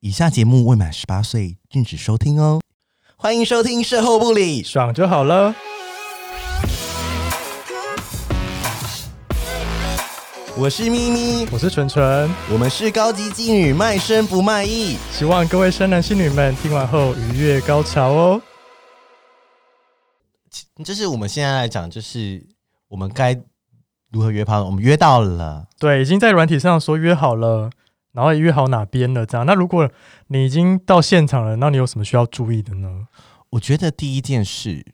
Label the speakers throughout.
Speaker 1: 以下节目未满十八岁禁止收听哦。欢迎收听《售后不理》，
Speaker 2: 爽就好了。
Speaker 1: 我是咪咪，
Speaker 2: 我是纯纯，
Speaker 1: 我们是高级妓女，卖身不卖艺。
Speaker 2: 希望各位生男性女们听完后愉悦高潮哦。
Speaker 1: 就是我们现在来讲，就是我们该如何约炮，我们约到了。
Speaker 2: 对，已经在软体上说约好了，然后也约好哪边了，这样。那如果你已经到现场了，那你有什么需要注意的呢？
Speaker 1: 我觉得第一件事，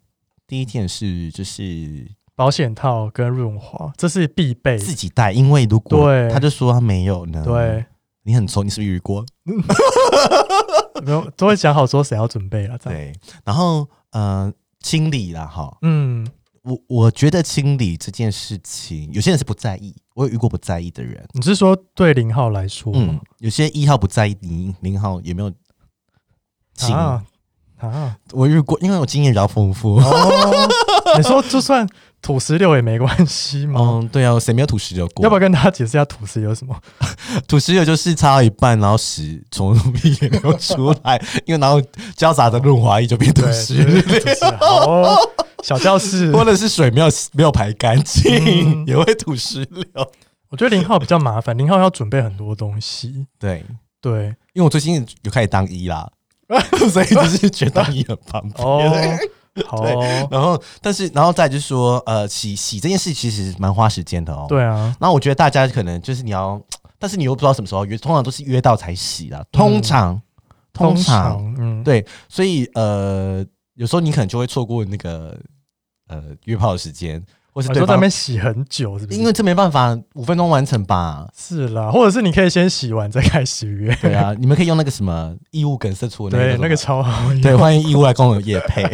Speaker 1: 第一件事就是
Speaker 2: 保险套跟润滑，这是必备。
Speaker 1: 自己带，因为如果
Speaker 2: 对
Speaker 1: 他就说他没有呢，，
Speaker 2: 对，
Speaker 1: 你很丑，你是不是遇过？
Speaker 2: 没有都会讲好说谁要准备了，这样。
Speaker 1: 对，然后呃，清理啦，哈，
Speaker 2: 嗯，
Speaker 1: 我我觉得清理这件事情，有些人是不在意，我有遇过不在意的人，
Speaker 2: 你是说对零号来说
Speaker 1: 嗯
Speaker 2: 吗？，
Speaker 1: 有些一号不在意，零零号有没有清？
Speaker 2: 啊啊
Speaker 1: 我遇过，因为我经验比较丰富。
Speaker 2: 哦，你说就算土石榴也没关系吗？
Speaker 1: 嗯，对啊，谁没有吐石榴过？
Speaker 2: 哦 要不要跟大家解释一下土石榴是什么？
Speaker 1: 吐石榴就是擦到一半，然后屎从屁眼流出来，因为然后交杂的润滑液就变吐
Speaker 2: 对，
Speaker 1: 石
Speaker 2: 就
Speaker 1: 榴
Speaker 2: 是，主 持人好哦，小教室。
Speaker 1: 或者是水没有没有排干净，
Speaker 2: 嗯
Speaker 1: 也会吐石榴。
Speaker 2: 我觉得零号比较麻烦，零号要准备很多东西。
Speaker 1: 对，
Speaker 2: 对，
Speaker 1: 因为我最近有开始当一 啦，所以就是觉得当一很方便。
Speaker 2: 哦，好哦，
Speaker 1: 然后，但是，然后再就是说，呃，洗洗这件事其实蛮花时间的哦。。
Speaker 2: 对啊，
Speaker 1: 然后我觉得大家可能就是你要，但是你又不知道什么时候约，通常都是约到才洗啦。通常，通常，
Speaker 2: 嗯，
Speaker 1: 对，所以呃，有时候你可能就会错过那个呃约炮的时间，或是
Speaker 2: 我
Speaker 1: 对
Speaker 2: 哦说在那
Speaker 1: 方，
Speaker 2: 边洗很久，是不是？
Speaker 1: 因为这没办法，五分钟完成吧。
Speaker 2: 是啦，或者是你可以先洗完再开始约。
Speaker 1: 对 啊，你们可以用那个什么义务梗塞处的
Speaker 2: 对，那
Speaker 1: 那
Speaker 2: 个
Speaker 1: 个什么。
Speaker 2: 超好 用，
Speaker 1: 对，欢迎义务来跟我们夜 配。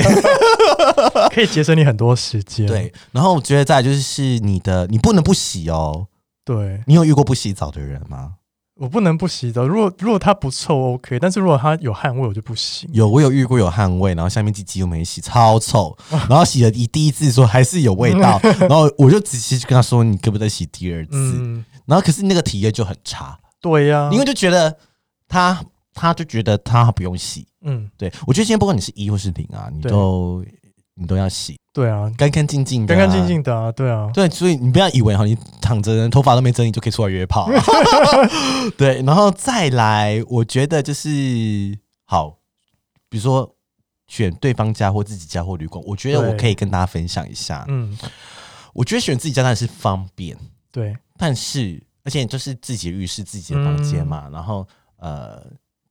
Speaker 2: 可以节省你很多时间。
Speaker 1: 对，然后我觉得再来就是你的，你不能不洗哦。
Speaker 2: 对，
Speaker 1: 你有遇过不洗澡的人吗？
Speaker 2: 我不能不洗澡。如果如果它不臭 OK，但是如果它有汗味，我就不行。
Speaker 1: 有，我有遇过有汗味，然后下面鸡鸡又没洗，超 臭。然后洗了一第一次说还是有味道，然后我就仔细跟他说你可不可以洗第二次？
Speaker 2: 嗯，
Speaker 1: 然后可是那个体验就很差，
Speaker 2: 对呀，
Speaker 1: 因为就觉得他他就觉得他不用洗。
Speaker 2: 嗯，
Speaker 1: 对我觉得今天不管你是一或是零啊，你
Speaker 2: 对
Speaker 1: 都你都要洗，
Speaker 2: 对啊，
Speaker 1: 干干净净的、
Speaker 2: 干干净。净的啊，对啊，
Speaker 1: 对，所以你不要以为哈，你躺着头发都没整理就可以出来约炮、 啊。 对，然后再来，我觉得就是好，比如说选对方家或自己家或旅馆，我觉得
Speaker 2: 对
Speaker 1: 我可以跟大家分享一下。
Speaker 2: 嗯，
Speaker 1: 我觉得选自己家当然是方便，
Speaker 2: 对，
Speaker 1: 但是而且就是自己的浴室、自己的房间
Speaker 2: 嗯
Speaker 1: 嘛，然后呃。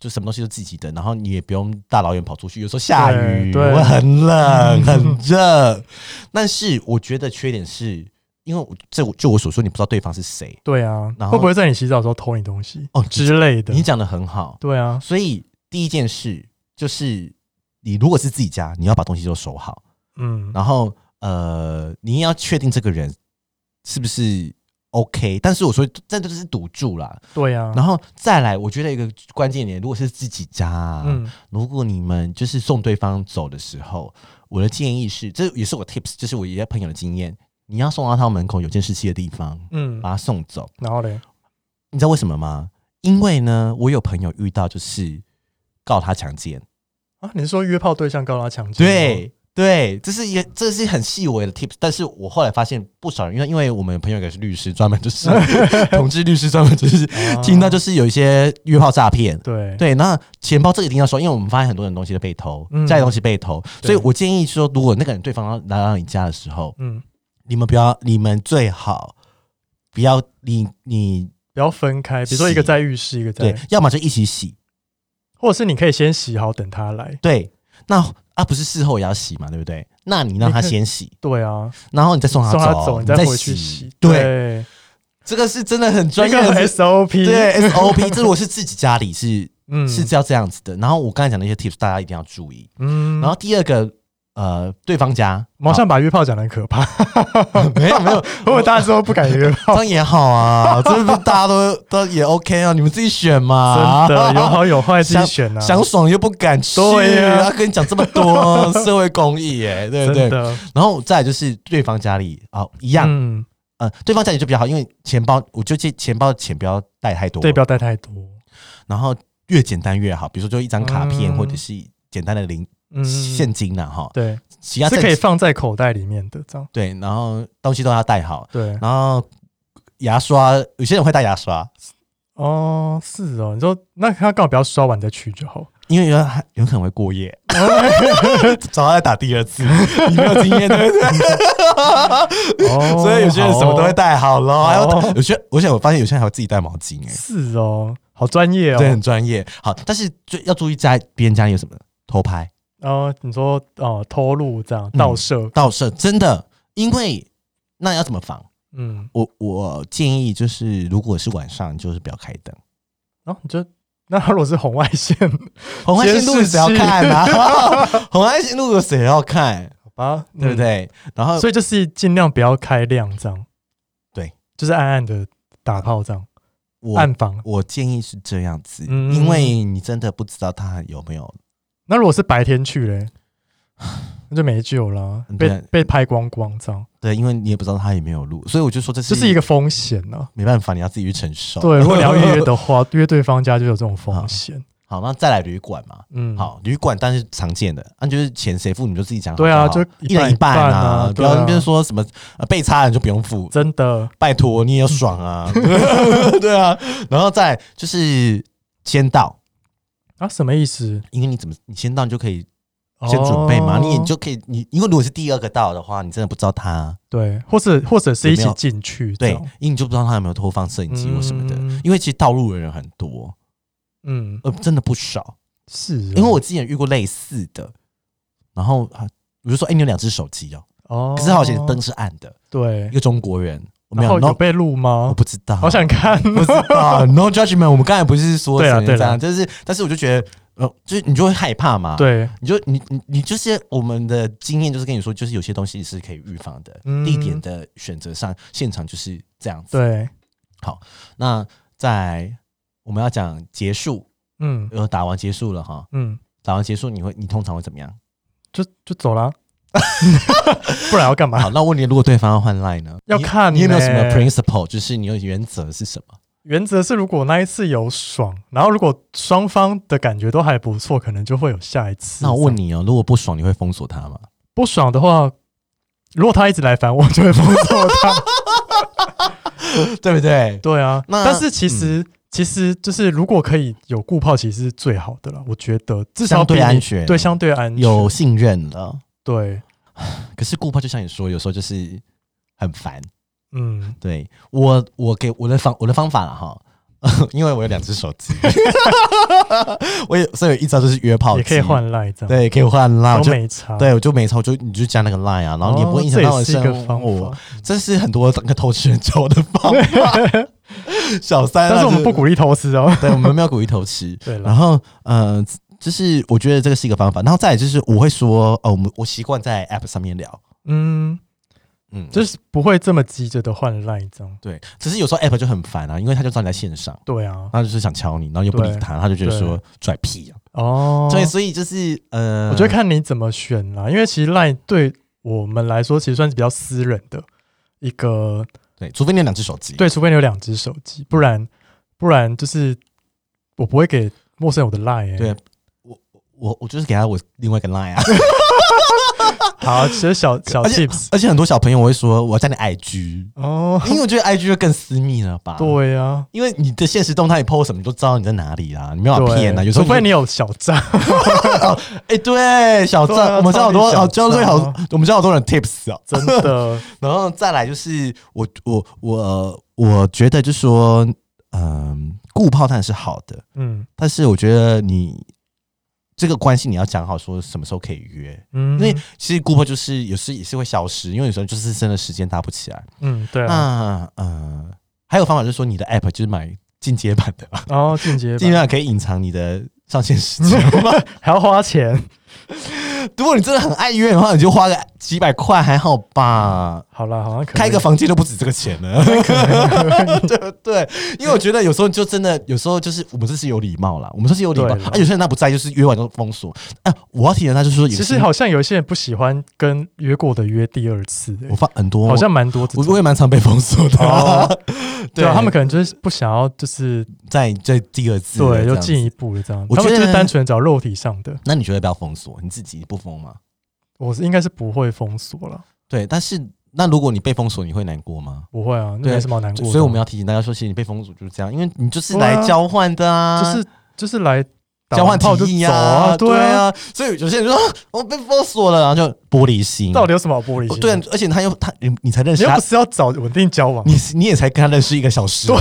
Speaker 1: 就什么东西都自己的，然后你也不用大老远跑出去。有时候下雨，
Speaker 2: 对对
Speaker 1: 会很 冷、很热。但是我觉得缺点是，因为我这我就我所说，你不知道对方是谁
Speaker 2: 对啊，
Speaker 1: 然后
Speaker 2: 会不会在你洗澡的时候偷你东西
Speaker 1: 哦。
Speaker 2: 之类的？
Speaker 1: 你讲的很好，
Speaker 2: 对啊，
Speaker 1: 所以第一件事就是，你如果是自己家，你要把东西都收好，
Speaker 2: 嗯，
Speaker 1: 然后呃，你也要确定这个人是不是 OK。但是我说，这就是赌注啦，
Speaker 2: 对啊，
Speaker 1: 然后再来，我觉得一个关键点，如果是自己家、啊，
Speaker 2: 嗯，
Speaker 1: 如果你们就是送对方走的时候，我的建议是，这也是我 tips，就是我一些朋友的经验，你要送到他门口有监视器的地方，
Speaker 2: 嗯，
Speaker 1: 把他送走。
Speaker 2: 然后嘞，
Speaker 1: 你知道为什么吗？因为呢，我有朋友遇到就是告他强奸，
Speaker 2: 啊，你是说约炮对象告他强奸？，
Speaker 1: 对。对，这是一个，这是很细微的 tips，但是我后来发现不少人，因为因为我们朋友也是律师，专门就是 同志律师，专门就是
Speaker 2: 啊
Speaker 1: 听到就是有一些约炮诈骗，
Speaker 2: 对
Speaker 1: 对，那钱包这个一定要收，因为我们发现很多人东西都被偷，
Speaker 2: 嗯
Speaker 1: 家里东西被偷，所
Speaker 2: 对
Speaker 1: 以我建议说，如果那个人对方要来到你家的时候，
Speaker 2: 嗯，
Speaker 1: 你们不要，你们最好不要，你你
Speaker 2: 不要分开，比如说一个在浴室，一个
Speaker 1: 对
Speaker 2: 在，，
Speaker 1: 要么就一起洗，
Speaker 2: 或者是你可以先洗好，等他来。
Speaker 1: 对，那啊不是事后也要洗嘛，对不对？那你让他
Speaker 2: 你可以
Speaker 1: 先洗，
Speaker 2: 对啊，
Speaker 1: 然后你再送他
Speaker 2: 送他
Speaker 1: 走，
Speaker 2: 走，你
Speaker 1: 再
Speaker 2: 再回去洗。
Speaker 1: 洗，对，，这个是真的很专
Speaker 2: 一
Speaker 1: 业
Speaker 2: 个
Speaker 1: 的。
Speaker 2: SOP，
Speaker 1: 对，SOP，这我是自己家里是
Speaker 2: 嗯
Speaker 1: 是要这样子的。然后我刚才讲的一些 tips，大家一定要注意。
Speaker 2: 嗯，
Speaker 1: 然后第二个，呃，对方家
Speaker 2: 马上把约炮讲的很可怕，
Speaker 1: 没有没 有，
Speaker 2: 会不会大家之后不敢约 炮？
Speaker 1: 这样也好 啊，这不大家都都也 OK 啊，你们自己选嘛。
Speaker 2: 真的有好有坏自己
Speaker 1: 想
Speaker 2: 选
Speaker 1: 啊
Speaker 2: 啊，
Speaker 1: 想爽又不敢去，
Speaker 2: 对啊
Speaker 1: 要跟你讲这么多 社会公益耶、对不
Speaker 2: 真
Speaker 1: 对？
Speaker 2: 的
Speaker 1: 然后再来就是对方家里啊、哦一样，
Speaker 2: 嗯，
Speaker 1: 呃，对方家里就比较好，因为钱包，我就借钱包的钱不要带太多，
Speaker 2: 对，不要带太多。
Speaker 1: 然后越简单越好，比如说就一张卡片
Speaker 2: 嗯
Speaker 1: 或者是简单的零
Speaker 2: 嗯，
Speaker 1: 现金呐哈，
Speaker 2: 对
Speaker 1: 其他
Speaker 2: 是
Speaker 1: 证
Speaker 2: 可以放在口袋里面的，这样
Speaker 1: 对，然后东西都要带好，
Speaker 2: 对
Speaker 1: 然后牙刷有些人会带牙刷，
Speaker 2: 哦，是哦，你说那他刚好不要刷完再去 就好。
Speaker 1: 因为有有可能会过 夜，早上再打第二次，你没有经 验对不对？
Speaker 2: 哦，
Speaker 1: 所以有些人什么都会带好咯，还
Speaker 2: 好
Speaker 1: 有
Speaker 2: 哦
Speaker 1: 有些，而且我发现有些人还会自己带毛巾哎、
Speaker 2: 是哦，好专业哦。
Speaker 1: 对，很专业。好，但是最要注意在别人家里有什么偷拍、
Speaker 2: 然后你说哦，偷录这样
Speaker 1: 嗯
Speaker 2: 盗摄，
Speaker 1: 盗摄，真的，因为那要怎么防？
Speaker 2: 嗯，
Speaker 1: 我我建议就是，如果是晚上，就是不要开灯，
Speaker 2: 然后你就那如果是红外线，
Speaker 1: 红外线路谁要看啊？ 红外线路谁要看？
Speaker 2: 好吧，
Speaker 1: 对不
Speaker 2: 嗯？
Speaker 1: 对？然后
Speaker 2: 所以就是尽量不要开亮这样，
Speaker 1: 对，
Speaker 2: 就是暗暗的打炮这样，
Speaker 1: 我
Speaker 2: 暗房。
Speaker 1: 我建议是这样子，
Speaker 2: 嗯
Speaker 1: 因为你真的不知道他有没有
Speaker 2: 那如果是白天去嘞，那就没救了啊，被
Speaker 1: 对
Speaker 2: 被拍光光这样，
Speaker 1: 对，因为你也不知道他有没有录，所以我就说这是
Speaker 2: 这是一个风险啊呢。
Speaker 1: 没办法，你要自己去承受。
Speaker 2: 对，如果你 要预约的话，约对方家就有这种风险。
Speaker 1: 哦好，那再来旅馆嘛。
Speaker 2: 嗯，，
Speaker 1: 好，旅馆但是常见的，那、就是钱谁付你就自己讲好不好。
Speaker 2: 对啊，就
Speaker 1: 一人
Speaker 2: 一
Speaker 1: 半
Speaker 2: 半
Speaker 1: 啊，不
Speaker 2: 对啊
Speaker 1: 要那边说什么呃被插你就不用付，
Speaker 2: 真的，
Speaker 1: 拜托你也要爽 啊，对啊。然后再来就是先到，
Speaker 2: 啊，什么意思？
Speaker 1: 因为你怎么你先到你就可以先准备嘛，
Speaker 2: 哦
Speaker 1: 你你就可以你因为如果是第二个到的话，你真的不知道他、
Speaker 2: 对，或者或者是一
Speaker 1: 有没
Speaker 2: 起
Speaker 1: 有
Speaker 2: 进去这
Speaker 1: 对
Speaker 2: 样，，
Speaker 1: 因为你就不知道他有没有偷放摄影机或什么的，
Speaker 2: 嗯
Speaker 1: 因为其实道路的人很多，
Speaker 2: 嗯，
Speaker 1: 呃，真的不少。
Speaker 2: 是哦，
Speaker 1: 因为我之前遇过类似的，然后啊，我就说，哎、你有两只手机哦，
Speaker 2: 哦，
Speaker 1: 可是好像灯是暗的，
Speaker 2: 对
Speaker 1: 一，个中国人，我没
Speaker 2: 然
Speaker 1: 有
Speaker 2: 后有
Speaker 1: no，
Speaker 2: 被录
Speaker 1: 我
Speaker 2: 吗？
Speaker 1: 不知道，
Speaker 2: 好 想看，
Speaker 1: 不知道 no judgment，我们刚才不是说
Speaker 2: 对啊
Speaker 1: 怎样
Speaker 2: 对啊
Speaker 1: 怎样，就是但是我就觉得，呃，就是你就会害怕嘛，，
Speaker 2: 对，
Speaker 1: 你就你你你就是我们的经验就是跟你说，就是有些东西是可以预防的，
Speaker 2: 嗯
Speaker 1: 地点的选择上，现场就是这样子。
Speaker 2: 对，
Speaker 1: 那在我们要讲结束，
Speaker 2: 嗯
Speaker 1: 呃，打完结束了哈，
Speaker 2: 嗯，
Speaker 1: 打完结束你会你通常会怎么样？
Speaker 2: 就就 走啦，不然要干嘛？
Speaker 1: 好，那我问你，如果对方要换 line 呢？
Speaker 2: 啊 要
Speaker 1: 你
Speaker 2: 看
Speaker 1: 你有没有
Speaker 2: 呢
Speaker 1: 什么 principle，就是你有原则是什么？
Speaker 2: 原则是，如果那一次有爽，然后如果双方的感觉都还不错，可能就会有下一次。
Speaker 1: 那我问
Speaker 2: 你，
Speaker 1: 你哦，如果不爽，你会封锁他吗？
Speaker 2: 不爽的话，如果他一直来烦我，就会封锁 他。
Speaker 1: 对不对？
Speaker 2: 对啊，
Speaker 1: 那嗯
Speaker 2: 但是其实、其实就是，如果可以有顾炮，其实是最好的了。我觉得至少
Speaker 1: 相对
Speaker 2: 比你
Speaker 1: 安全
Speaker 2: 对相对安全
Speaker 1: 有信任了，
Speaker 2: 对，
Speaker 1: 可是顾怕就像你说，有时候就是很烦。
Speaker 2: 嗯，
Speaker 1: 对我，我给我的方我的方法了哈。 因为我有两只手机， 我有所以有一招就是约炮，
Speaker 2: 也可以，换赖这样，
Speaker 1: 对，可以换啦，我
Speaker 2: 都
Speaker 1: 就
Speaker 2: 没差。
Speaker 1: 对我就没错，我就你就加那个 line 啊，然
Speaker 2: 啊
Speaker 1: 后
Speaker 2: 哦，
Speaker 1: 你也不会影响到我的
Speaker 2: 这也是一个
Speaker 1: 生
Speaker 2: 方
Speaker 1: 活
Speaker 2: 法。，
Speaker 1: 这是很多那个偷吃人 教我的方法。 小三啊，
Speaker 2: 但是我们不
Speaker 1: 就是
Speaker 2: 鼓励偷吃哦。
Speaker 1: 对，我们没有鼓励偷 吃。
Speaker 2: 对了
Speaker 1: 然，后，呃，就是我觉得这个是一个方法。然后再来就是，我会说，哦，我们我习惯在 App 上面聊，
Speaker 2: 嗯，
Speaker 1: 嗯，就
Speaker 2: 就是不会这么急着的换赖这样。
Speaker 1: 对。只是有时候 App 就很烦啊，因为他就知道你在线上，
Speaker 2: 对啊，
Speaker 1: 他就是想敲你，然后又不理
Speaker 2: 对
Speaker 1: 他，他就觉得说拽屁啊。
Speaker 2: 哦，
Speaker 1: 所以，所以就是，呃，
Speaker 2: 我觉得看你怎么选啦，因为其实 LINE 对我们来说，其实算是比较私人的一个，
Speaker 1: 对，除非你有两只手机，
Speaker 2: 对，除非你有两只手机，不然不然就是我不会给陌生人我的 LINE、欸。
Speaker 1: 对，我我就是给他我另外一个 Line 啊。
Speaker 2: 好，其实小小
Speaker 1: 而且
Speaker 2: tips
Speaker 1: 而且很多小朋友我会说，我要加你 IG，
Speaker 2: 哦，
Speaker 1: 因为我觉得 IG 就更私密了吧？。
Speaker 2: 对啊，
Speaker 1: 因为你的现实动态你 PO 什么，你都知道你在哪里啦，你没有办法
Speaker 2: 对，
Speaker 1: 骗啊。有时候
Speaker 2: 除非
Speaker 1: 你
Speaker 2: 你有小账，
Speaker 1: 哎、对，小
Speaker 2: 对
Speaker 1: 账、
Speaker 2: 啊
Speaker 1: 我们知道好多，
Speaker 2: 超
Speaker 1: 好
Speaker 2: 级小
Speaker 1: 教对好
Speaker 2: 账，
Speaker 1: 我们知道好多人 tips 哦。
Speaker 2: 真的，
Speaker 1: 然后再来就是我我我我觉得就说，嗯，顾泡当然是好的，
Speaker 2: 嗯
Speaker 1: 但是我觉得你这个关系你要讲好，说什么时候可以约，
Speaker 2: 嗯，
Speaker 1: 因为其实顾泡就是有时也是会消失，因为有时候就是真的时间搭不起来。
Speaker 2: 嗯对啊，
Speaker 1: 那呃，还有方法就是说，你的 app 就是买进阶版的吧，
Speaker 2: 然后进阶
Speaker 1: 进阶
Speaker 2: 版
Speaker 1: 版可以隐藏你的上线时间。
Speaker 2: 还要花钱，
Speaker 1: 如果你真的很爱约的话，你就花个几百块还好吧。
Speaker 2: 好啦，好像可以
Speaker 1: 开个房间都不止这个钱了， 对不对？因为我觉得有时候就真的，有时候就是我们这是有礼貌啦，我们说是有礼貌
Speaker 2: 对啦
Speaker 1: 啊。有些人他不在意，就是约完就封锁。哎、我要提的他就是说有些，
Speaker 2: 其实好像有一些人不喜欢跟约过的约第二次、欸
Speaker 1: 我发很多，
Speaker 2: 好像蛮多这
Speaker 1: 我
Speaker 2: 种
Speaker 1: 我也蛮 常被封锁的、
Speaker 2: 哦
Speaker 1: 对
Speaker 2: 对啊，他们可能就是不想要，就是
Speaker 1: 在在第二次
Speaker 2: 对，
Speaker 1: 就
Speaker 2: 又进一步的这样。
Speaker 1: 我
Speaker 2: 他们
Speaker 1: 觉
Speaker 2: 就
Speaker 1: 得
Speaker 2: 是单纯找肉体上的，
Speaker 1: 那你觉得不要封锁？你自己不封吗？
Speaker 2: 我是应该是不会封锁了，
Speaker 1: 对，但是那如果你被封锁，你会难过吗？
Speaker 2: 不会啊，那
Speaker 1: 对
Speaker 2: 没什么好难过的。
Speaker 1: 所以我们要提醒大家说，其实你被封锁就是这样，因为你就是
Speaker 2: 对啊
Speaker 1: 来交换的啊，
Speaker 2: 就是就是来打
Speaker 1: 交
Speaker 2: 完
Speaker 1: 换
Speaker 2: 炮就
Speaker 1: 提议
Speaker 2: 走啊，
Speaker 1: 对
Speaker 2: 啊，
Speaker 1: 啊。所以有些人就说啊我被封锁了，然后就玻璃心。
Speaker 2: 到底有什么好玻璃心？
Speaker 1: 哦对，啊而且他又他你你才认
Speaker 2: 你
Speaker 1: 识
Speaker 2: 又
Speaker 1: 他
Speaker 2: 不，是要找稳定交往，
Speaker 1: 你你也才跟他认识一个小时。对，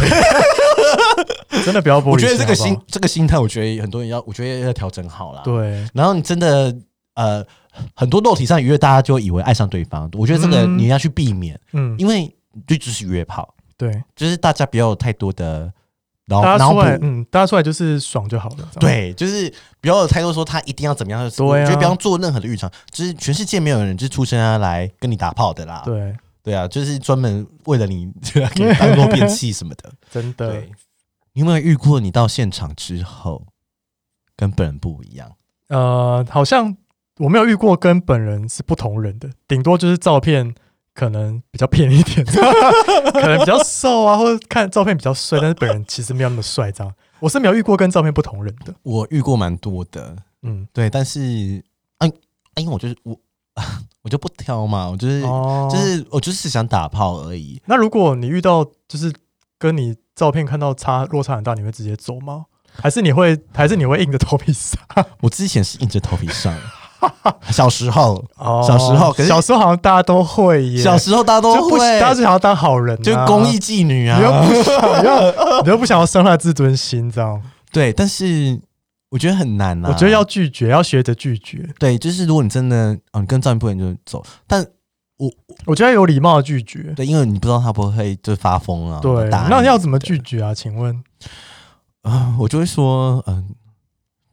Speaker 2: 真的不要玻璃心。
Speaker 1: 我觉得这个
Speaker 2: 好不
Speaker 1: 心
Speaker 2: 好
Speaker 1: 这个心态，我觉得很多人要，我觉得要调整好啦。
Speaker 2: 对，
Speaker 1: 然后你真的呃，很多肉体上的愉悦，大家就以为爱上对方。我觉得这个
Speaker 2: 嗯
Speaker 1: 你要去避免，
Speaker 2: 嗯，
Speaker 1: 因为就只是约炮，
Speaker 2: 对，
Speaker 1: 就是大家不要有太多的脑
Speaker 2: 大家
Speaker 1: 脑
Speaker 2: 出
Speaker 1: 补。
Speaker 2: 来，嗯，大家出来就是爽就好了。这样，
Speaker 1: 对，就是不要有太多说他一定要怎么样，就是
Speaker 2: 对啊
Speaker 1: 我觉得不要做任何的预尝，就是全世界没有人就是出生啊来跟你打炮的啦。
Speaker 2: 对，
Speaker 1: 对啊，就是专门为了你给你当做便器什么 的。
Speaker 2: 真的
Speaker 1: 对，你有没有遇过你到现场之后跟本人不一样？
Speaker 2: 呃，好像我没有遇过跟本人是不同人的，顶多就是照片可能比较骗一点， 可能比较瘦啊，或者看照片比较帅，但是本人其实没有那么帅，这样我是没有遇过跟照片不同人的。
Speaker 1: 我遇过蛮多的，
Speaker 2: 嗯，
Speaker 1: 对，但是，啊啊因为我就是我， 我就不挑嘛，我就是、
Speaker 2: 哦
Speaker 1: 就是我就是想打炮而已。
Speaker 2: 那如果你遇到就是跟你照片看到差落差很大，你会直接走吗？还是你会还是你会硬着头皮杀？
Speaker 1: 我之前是硬着头皮 上，小时候，
Speaker 2: 哦
Speaker 1: 小时候，可是
Speaker 2: 小时候好像大家都会耶，
Speaker 1: 小时候大家
Speaker 2: 就
Speaker 1: 都
Speaker 2: 不
Speaker 1: 会，
Speaker 2: 大家就想要当好人、啊，
Speaker 1: 就公益妓女
Speaker 2: 你又
Speaker 1: 啊，
Speaker 2: 不想 要，你又不想要伤他自尊心，这样，
Speaker 1: 对，但是我觉得很难啊。
Speaker 2: 我觉得要拒绝，要学着拒绝。
Speaker 1: 对，就是如果你真的，哦，你跟照片不合你就走，但
Speaker 2: 我觉得有礼貌的拒绝。
Speaker 1: 对，因为你不知道他会不会就发疯啊，
Speaker 2: 对，
Speaker 1: 打
Speaker 2: 那
Speaker 1: 你
Speaker 2: 要怎么拒绝啊？请问，
Speaker 1: 啊、我就会说，嗯、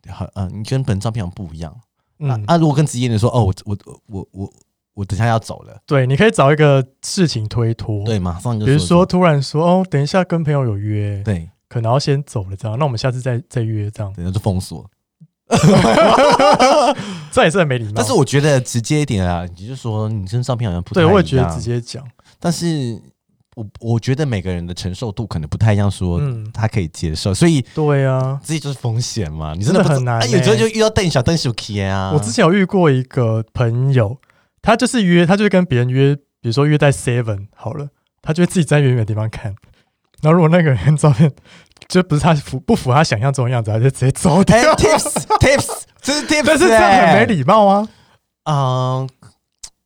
Speaker 1: 好，嗯、你跟本照片好像不一样。那、
Speaker 2: 嗯，
Speaker 1: 啊如果跟职业人说，哦，我我我我我我等一下要走了，
Speaker 2: 对，你可以找一个事情推脱，
Speaker 1: 对，马上就
Speaker 2: 哦比如说突然说哦，等一下跟朋友有约，
Speaker 1: 对，
Speaker 2: 可能要先走了，这样，那我们下次再再约，这样，
Speaker 1: 等下就封锁。
Speaker 2: 这也是很没礼貌。
Speaker 1: 但是我觉得直接一点啊，你就说你跟照片好像不太
Speaker 2: 对，
Speaker 1: 一样，
Speaker 2: 我也觉得直接讲，
Speaker 1: 但是我我觉得每个人的承受度可能不太一样，说
Speaker 2: 嗯，
Speaker 1: 他可以接受，所以
Speaker 2: 对啊，
Speaker 1: 这就是风险嘛，你
Speaker 2: 真
Speaker 1: 真
Speaker 2: 的
Speaker 1: 的不知
Speaker 2: 很难
Speaker 1: 哎，
Speaker 2: 欸
Speaker 1: 有时候就遇到邓小邓小 K 啊，
Speaker 2: 我之前有遇过一个朋友，他就是约，他就是跟别人约，比如说约在 Seven 好了，他就会自己在远远的地方看。然后如果那个人照片就不是他符不符合他想象中的样子，他就直接走掉
Speaker 1: 哎。tips tips 这是 tips，
Speaker 2: 但是这样很
Speaker 1: 欸
Speaker 2: 没礼貌啊。
Speaker 1: 啊、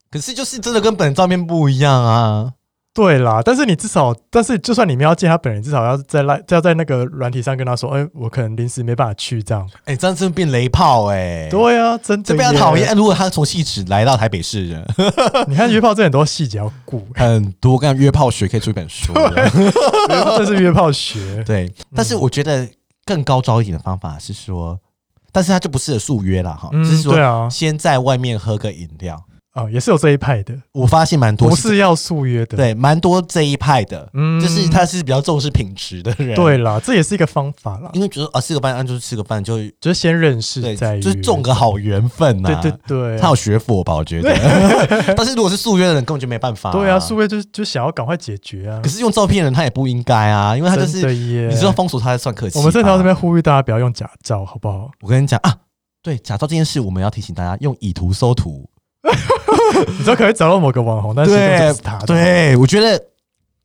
Speaker 1: 可是就是真的跟本照片不一样啊。
Speaker 2: 对啦，但是你至少，但是就算你们要见他本人，至少要在赖要在那个软体上跟他说，哎，我可能临时没办法去这样。
Speaker 1: 哎、这样真的变雷炮哎、
Speaker 2: 对啊，真的
Speaker 1: 这非常
Speaker 2: 耶
Speaker 1: 讨厌。。 哎如果他从汐止来到台北市人，
Speaker 2: 你看约炮这很多细节要顾，
Speaker 1: 很多跟约炮学可以出一本书。
Speaker 2: 这是约炮学。
Speaker 1: 对，但
Speaker 2: 嗯
Speaker 1: 是我觉得更高招一点的方法是说，但是他就不适合速约了哈，
Speaker 2: 嗯
Speaker 1: 就是，
Speaker 2: 对
Speaker 1: 说
Speaker 2: 啊，
Speaker 1: 先在外面喝个饮料。
Speaker 2: 哦，也是有这一派的。
Speaker 1: 我发现蛮多
Speaker 2: 不是要速约的，，
Speaker 1: 对，蛮多这一派的，
Speaker 2: 嗯
Speaker 1: 就是他是比较重视品质的人。
Speaker 2: 对，啦，这也是一个方法啦，
Speaker 1: 因为觉得啊，吃个饭，啊就是吃个饭，就
Speaker 2: 就是先认识
Speaker 1: 对，
Speaker 2: 再约，
Speaker 1: 就是种个好缘分呐、
Speaker 2: 对对啊对，
Speaker 1: 他有学佛吧？我觉得， 但是如果是素约的人，根本就没办法、
Speaker 2: 对啊，素。约就就想要赶快解决啊
Speaker 1: 可，是用照片的人，他也不应该啊，因为他就
Speaker 2: 真的
Speaker 1: 是，
Speaker 2: 耶，
Speaker 1: 你知道封锁他才算客气吧。
Speaker 2: 我们这条这边呼吁大家不要用假照，好不好？
Speaker 1: 我跟你讲啊，对假照这件事，我们要提醒大家用以图搜图。
Speaker 2: 你知道可能会找到某个网红，但是根本就不是他，，
Speaker 1: 对，我觉得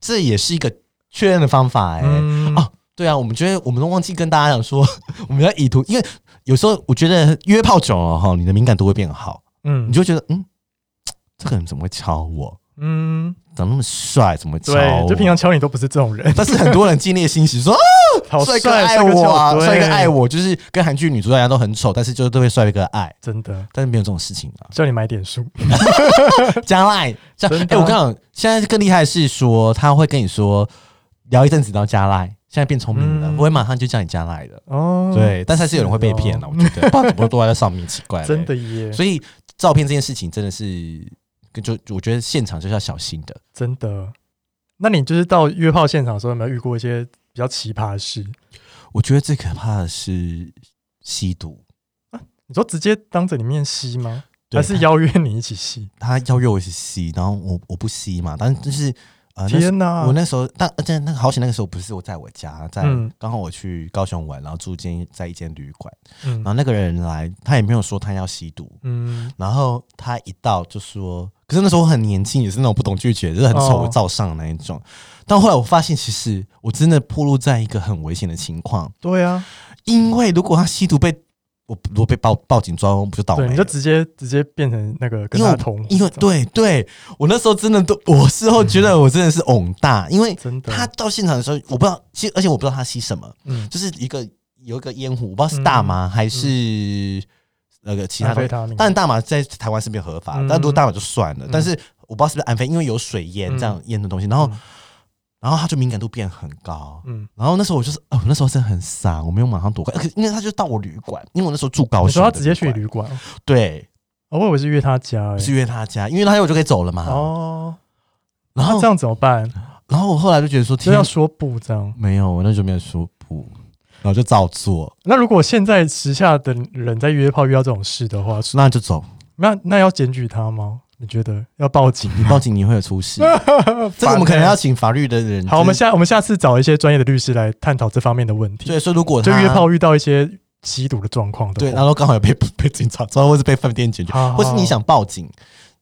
Speaker 1: 这也是一个确认的方法哎、
Speaker 2: 嗯
Speaker 1: 哦对啊，我们觉得我们都忘记跟大家讲说， 我们要以图，因为有时候我觉得约炮久了哈，你的敏感度会变好，
Speaker 2: 嗯
Speaker 1: 你就会觉得嗯，这个人怎么会敲我？
Speaker 2: 嗯，
Speaker 1: 长那么帅，怎么会敲
Speaker 2: 对，
Speaker 1: 我？
Speaker 2: 就平常敲你都不是这种人，
Speaker 1: 但是很多人激烈欣 喜说啊
Speaker 2: 好
Speaker 1: 帅哥
Speaker 2: 帅
Speaker 1: 爱我啊，帅哥爱，
Speaker 2: 对
Speaker 1: 我，就是跟韩剧女主角一样都很丑，但是就是都会帅哥爱，
Speaker 2: 真的。。
Speaker 1: 但是没有这种事情啊
Speaker 2: 叫你买点书，
Speaker 1: 加赖加，哎、
Speaker 2: 真的啊
Speaker 1: 我跟你讲，现在更厉害的是说他会跟你说聊一阵子，然后加赖，现在变聪明了，
Speaker 2: 嗯
Speaker 1: 不会马上就叫你加赖了。
Speaker 2: 哦，
Speaker 1: 对，但是还是有人会被骗了，啊
Speaker 2: 哦
Speaker 1: 我觉得，不知道怎么都在上面，奇怪、
Speaker 2: 真，的耶，
Speaker 1: 所以照片这件事情真的是，跟就我觉得现场就是要小心的。
Speaker 2: 真的。那你就是到约炮现场的时候，有没有遇过一些比较奇葩的事？
Speaker 1: 我觉得最可怕的是吸毒，
Speaker 2: 你说直接当着你面吸吗？
Speaker 1: 对
Speaker 2: 还是邀约你一起吸？
Speaker 1: 他他邀约我去吸，然后我我不吸嘛，但是就是呃，那时
Speaker 2: 天哪！
Speaker 1: 我那时候，但而且那个好险，那个时候不是我在我家，在
Speaker 2: 嗯
Speaker 1: 刚好我去高雄玩，然后住间在一间旅馆，
Speaker 2: 嗯
Speaker 1: 然后那个人来，他也没有说他要吸毒，
Speaker 2: 嗯
Speaker 1: 然后他一到就说，可是那时候我很年轻，也是那种不懂拒绝，就是很丑
Speaker 2: 哦
Speaker 1: 我照上的那一种。但后来我发现，其实我真的暴露在一个很危险的情况，
Speaker 2: 对啊，
Speaker 1: 因为如果他吸毒被我如果被报报警抓，我不就倒
Speaker 2: 对，
Speaker 1: 霉
Speaker 2: 你就
Speaker 1: 了？
Speaker 2: 直接直接变成那个跟
Speaker 1: 因为
Speaker 2: 他
Speaker 1: 我
Speaker 2: 同伙这样，
Speaker 1: 哎因为对对，我那时候真的都，我事后觉得我真的是 翁大，因为
Speaker 2: 真的
Speaker 1: 他到现场的时候，我不知道，其实而且我不知道他吸什么，
Speaker 2: 嗯，
Speaker 1: 就是一个有一个烟壶，我不知道是大麻还是那个其他东
Speaker 2: 安嗯非
Speaker 1: 西。
Speaker 2: 他命，
Speaker 1: 当然，大麻在台湾是没有合法，
Speaker 2: 嗯
Speaker 1: 但如果大麻就算了。
Speaker 2: 嗯
Speaker 1: 但是我不知道是不是安非，因为有水烟
Speaker 2: 嗯
Speaker 1: 这样烟的东西，然后
Speaker 2: 嗯
Speaker 1: 然后他就敏感度变很高。
Speaker 2: 嗯，
Speaker 1: 然后那时候我就是，哦，那时候真的很傻，我没有马上躲开，呃可是因为他就到我旅馆，因为我那时候住高
Speaker 2: 你
Speaker 1: 雄
Speaker 2: 说
Speaker 1: 的
Speaker 2: 他
Speaker 1: 馆，
Speaker 2: 直接去旅馆，哦
Speaker 1: 对，
Speaker 2: 我以为是约他家欸，
Speaker 1: 是约他家，因为他我就可以走了嘛。
Speaker 2: 哦，
Speaker 1: 然
Speaker 2: 那
Speaker 1: 后
Speaker 2: 这样怎么办？
Speaker 1: 然后我后来就觉得说，
Speaker 2: 就
Speaker 1: 天
Speaker 2: 要
Speaker 1: 啊，
Speaker 2: 说不这样。
Speaker 1: 没有，我那时候没有说不，然后就照做，
Speaker 2: 那如果现在时下的人在约炮遇到这种事的话，
Speaker 1: 那就走，
Speaker 2: 那那要检举他吗？你觉得要报警？
Speaker 1: 你报警你会有出 事。这个我们可能要请法律的人。
Speaker 2: 欸好，
Speaker 1: 就
Speaker 2: 我
Speaker 1: 是
Speaker 2: 们下我们下次找一些专业的律师来探讨这方面的问题。
Speaker 1: 对，所以如果
Speaker 2: 就
Speaker 1: 他
Speaker 2: 约炮遇到一些吸毒的状况的
Speaker 1: 对，
Speaker 2: 话，
Speaker 1: 然后刚好有被被警察抓，或是被饭店解决，
Speaker 2: 好
Speaker 1: 或是你，想报警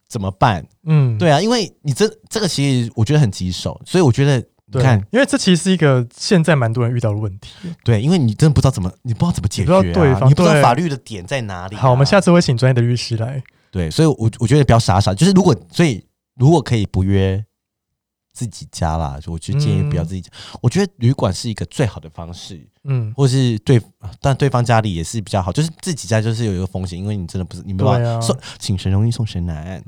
Speaker 1: 怎么办？
Speaker 2: 嗯，
Speaker 1: 对啊，因为你这这个其实我觉得很棘手，所以我觉得你
Speaker 2: 对，
Speaker 1: 看，
Speaker 2: 因为这其实是一个现在蛮多人遇到的问题。
Speaker 1: 对，因为你真的不知道怎么，你不知道怎么解决、啊，
Speaker 2: 你不知道对方
Speaker 1: 你不知道
Speaker 2: 对
Speaker 1: 法律的点在哪里啊、
Speaker 2: 好，我们下次会请专业的律师来。
Speaker 1: 对，所以我我觉得不要傻傻，就是如果所以如果可以不约自己家啦，我就建议不要自己家。我觉得旅馆是一个最好的方式，
Speaker 2: 嗯，
Speaker 1: 或是对，啊但对方家里也是比较好，就是自己家就是有一个风险，因为你真的不是你没办
Speaker 2: 对
Speaker 1: 法
Speaker 2: 啊嗯
Speaker 1: 送，请神容易送神难。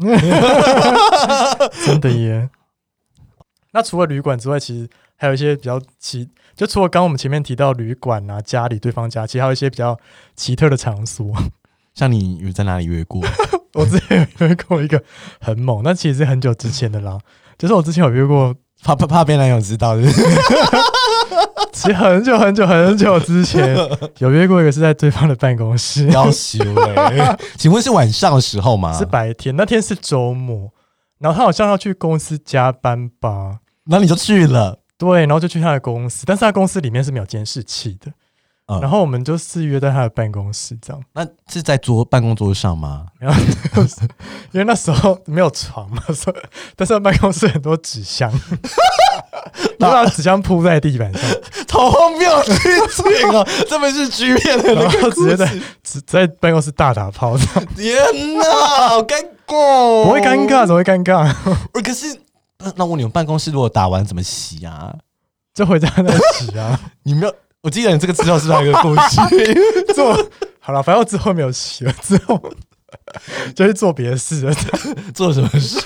Speaker 2: 真的耶。那除了旅馆之外，其实还有一些比较奇，就除了刚刚我们前面提到旅馆啊、家里、对方家，其实还有一些比较奇特的场所。
Speaker 1: 像你有在哪里约过？
Speaker 2: 我之前有约过一个很猛，那其实是很久之前的啦。就是我之前有约过，
Speaker 1: 怕怕怕被男友知道，就是
Speaker 2: 其实很久很久很久之前有约过一个是在对方的办公室，
Speaker 1: 要羞嘞。 请问是晚上的时候吗
Speaker 2: 是？白天，那天是周末，然后他好像要去公司加班吧，
Speaker 1: 那你就去了，
Speaker 2: 对，然后就去他的公司，但是他公司里面是没有监视器的，
Speaker 1: 嗯
Speaker 2: 然后我们就是约在他的办公室这样，
Speaker 1: 那是在桌办公桌上吗？
Speaker 2: 然后因为那时候没有床嘛，所以但是办公室很多纸箱， 然后把纸箱铺在地板上，
Speaker 1: 好荒谬的事情哦！这边是局面的
Speaker 2: 然
Speaker 1: 那
Speaker 2: 后
Speaker 1: 个
Speaker 2: 哦直
Speaker 1: 故
Speaker 2: 接在
Speaker 1: 事
Speaker 2: 只在办公室大打炮，
Speaker 1: 天哪，好尴尬，哦
Speaker 2: 不会尴 尬，。怎么会尴尬？
Speaker 1: 呃可是，那那我问你们办公室如果打完怎么洗啊？
Speaker 2: 就回家再洗啊。
Speaker 1: 你没有？我记得你这个之后是那个故事，
Speaker 2: 做好了，反正我之后没有洗了，之后就去做别的事了。
Speaker 1: 做什么事？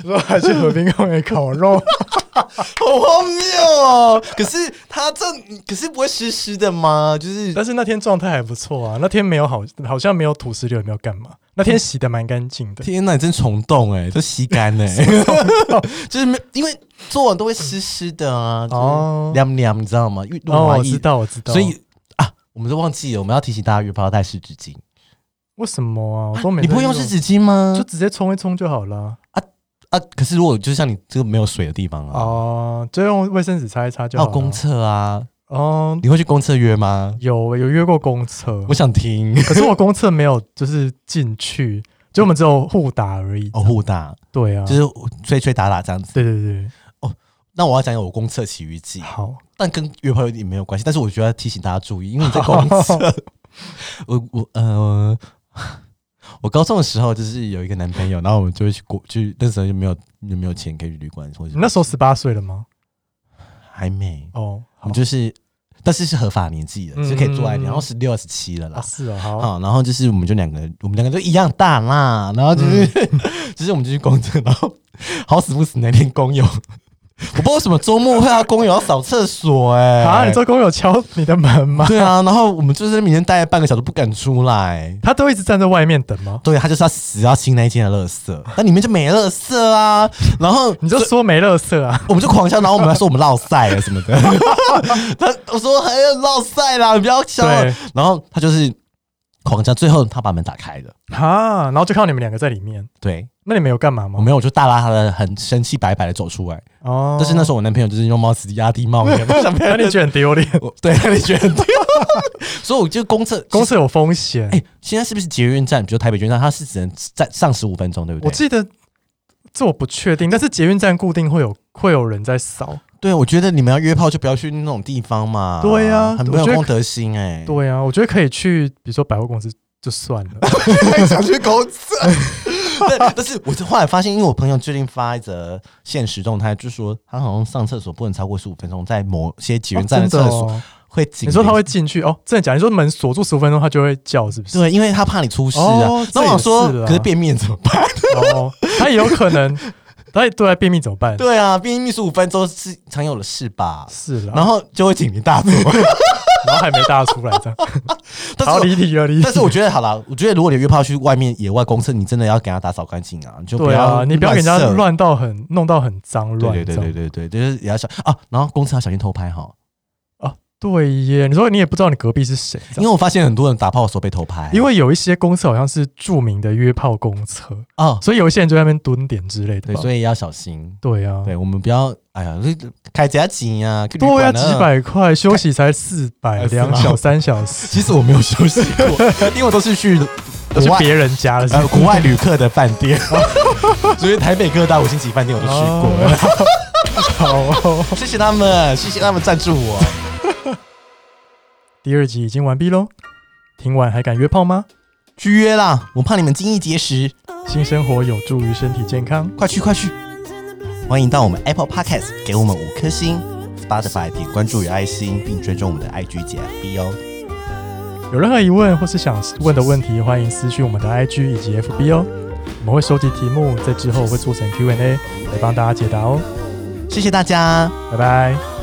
Speaker 2: 之后还去和平公园烤肉，
Speaker 1: 好荒谬哦！可是他这可是不会湿湿的吗？就是
Speaker 2: 但是那天状态还不错啊。那天没有好，好像没有土石流，也没有干嘛。那天洗的蛮干净的。
Speaker 1: 天哪，你真虫洞哎、都吸干哎、 就是没因为做完都会湿湿的啊，
Speaker 2: 哦
Speaker 1: 哦，凉凉，你知道吗？因为润
Speaker 2: 哦，
Speaker 1: 滑
Speaker 2: 我
Speaker 1: 液
Speaker 2: 知，道，我知道。
Speaker 1: 所以啊，我们都忘记了，我们要提醒大家约炮要带湿纸巾。
Speaker 2: 为什么啊？我都没
Speaker 1: 你不会用
Speaker 2: 在
Speaker 1: 湿纸巾吗
Speaker 2: 就？直接冲一冲就好了。
Speaker 1: 啊，可是如果就像你这个没有水的地方啊，
Speaker 2: 哦，就用卫生纸擦一擦就
Speaker 1: 还
Speaker 2: 好
Speaker 1: 有
Speaker 2: 了。
Speaker 1: 哦公厕啊，
Speaker 2: 哦，
Speaker 1: 你会去公厕约吗？
Speaker 2: 有有约过公厕
Speaker 1: 我，想听
Speaker 2: 可是我公厕没有，就是进去，就我们只有互打而已。
Speaker 1: 哦，互打
Speaker 2: 对啊，
Speaker 1: 就是吹吹打打这样子。
Speaker 2: 对对对，
Speaker 1: 那我要讲讲我公厕奇遇记，
Speaker 2: 好，
Speaker 1: 但跟约炮有点没有关系，但是我觉得要提醒大家注意，因为你在公 厕，我我呃，我高中的时候就是有一个男朋友，然后我们就会去过去，那时候就没有就没有钱可以去旅馆，或者
Speaker 2: 你那时候十八岁了吗？
Speaker 1: 还没，
Speaker 2: 哦，
Speaker 1: 我
Speaker 2: 好
Speaker 1: 们就是但是是合法年纪的，
Speaker 2: 嗯
Speaker 1: 就可以做爱，然后十六十七了
Speaker 2: 啊，
Speaker 1: 啦。
Speaker 2: 是哦，好，
Speaker 1: 好，然后就是我们就两个，我们两个就一样大
Speaker 2: 哦
Speaker 1: 啦，然后就是、就是我们就去公厕，然后好死不死那天工友我不知道为什么周末会到公园要扫厕所、哎，
Speaker 2: 啊，你做工友敲你的门吗？
Speaker 1: 对啊，然后我们就是每天待了半个小时不敢出来。
Speaker 2: 他都一直站在外面等吗？
Speaker 1: 对，他就是要死要清那一间的垃圾，那里面就没垃圾啊。然后
Speaker 2: 你就说没乐色 啊？
Speaker 1: 我们就狂笑，然后我们还说我们落赛了什么 的。他我说还要落赛啦，你不要笑了
Speaker 2: 对。
Speaker 1: 然后他就是狂笑，最后他把门打开了。
Speaker 2: 啊，然后就看到你们两个在里面，
Speaker 1: 对，
Speaker 2: 那你们有干嘛
Speaker 1: 我
Speaker 2: 吗？
Speaker 1: 没有，我就大拉他的，很生气白白的走出来。
Speaker 2: 哦，
Speaker 1: 但是那时候我男朋友就是用帽子压低帽檐，我想被
Speaker 2: 那你觉得很丢脸？
Speaker 1: 我对，让你觉得很 丢。所以我就公厕
Speaker 2: 公
Speaker 1: 厕，
Speaker 2: 司有风险
Speaker 1: 哎、，现在是不是捷运站，比如台北捷运站，它是只能站上十五分钟，对不对？
Speaker 2: 我记得这我不确定，但是捷运站固定会有会有人在扫。
Speaker 1: 对，我觉得你们要约炮就不要去那种地方嘛。
Speaker 2: 对啊
Speaker 1: 很没有
Speaker 2: 我觉得
Speaker 1: 公德心哎、欸。
Speaker 2: 对啊，我觉得可以去，比如说百货公司就算了。
Speaker 1: 太 想去公厕。 对，但是我后来发现，因为我朋友最近发一则现实动态，就说他好像上厕所不能超过十五分钟，在某些捷运站
Speaker 2: 哦
Speaker 1: 的
Speaker 2: 真
Speaker 1: 厕
Speaker 2: 的
Speaker 1: 所
Speaker 2: 哦
Speaker 1: 会紧、
Speaker 2: 你说他会进去哦？真的假的？你说门锁住十五分钟，他就会叫，是不是？
Speaker 1: 对，因为他怕你出事啊。
Speaker 2: 哦
Speaker 1: 那我想说
Speaker 2: 这也是，啦
Speaker 1: 可是便秘怎么办？
Speaker 2: 哦，他也有可能，他也对啊外便秘怎么办？
Speaker 1: 对 啊，便秘十五分钟是常有的事吧？
Speaker 2: 是啦，然
Speaker 1: 然
Speaker 2: 后
Speaker 1: 后就会警铃大 作。
Speaker 2: 然后还没大出来这样。
Speaker 1: 但
Speaker 2: 好
Speaker 1: 是我
Speaker 2: 离题了， 离题。
Speaker 1: 但是我觉得好啦，我觉得如果你约炮去外面野外公厕，你真的要给他打扫干净啊，你就不
Speaker 2: 对
Speaker 1: 要、
Speaker 2: 啊，你不要给人家
Speaker 1: 乱射。
Speaker 2: 乱到很弄到很脏乱
Speaker 1: 对对
Speaker 2: 这
Speaker 1: 对
Speaker 2: 样。
Speaker 1: 对对对，就是也要小啊。然后公厕要小心偷拍哈，
Speaker 2: 对耶！你说你也不知道你隔壁是谁，这
Speaker 1: 因
Speaker 2: 样
Speaker 1: 为我发现很多人打炮的时候被偷拍，啊
Speaker 2: 因为有一些公厕好像是著名的约炮公厕，
Speaker 1: 哦，
Speaker 2: 所以有一些人就在那边蹲点之类的
Speaker 1: 对，
Speaker 2: 吧。
Speaker 1: 所以要小心。
Speaker 2: 对啊，
Speaker 1: 对我们不要，哎呀，这开假期啊，去旅
Speaker 2: 对啊，
Speaker 1: 馆啊
Speaker 2: 几。百块休息才四百，
Speaker 1: 哎是吗
Speaker 2: 两小三小时，
Speaker 1: 其实我没有休息过，啊因为我都是去
Speaker 2: 都
Speaker 1: 国
Speaker 2: 是
Speaker 1: 外
Speaker 2: 别人家的是不
Speaker 1: 呃
Speaker 2: 是。
Speaker 1: 国外旅客的饭 店，所以台北各大五星级饭店我都去过。
Speaker 2: 好哦，
Speaker 1: 谢谢他们，谢谢他们赞助我。
Speaker 2: 第二集已经完毕喽。听完还敢约炮吗？
Speaker 1: 去约啦，我怕你们精益节食，
Speaker 2: 新生活有助于身体健康。
Speaker 1: 快去快去！欢迎到我们 Apple Podcast 给我们五颗星，Spotify 点关注与爱心，并追踪我们的 IG 及 FB 哦。
Speaker 2: 有任何疑问或是想问的问题，欢迎私讯我们的 IG 以及 FB 哦。我们会收集题目，在之后会做成 Q&A 来帮大家解答哦。
Speaker 1: 谢谢大家。
Speaker 2: 拜拜。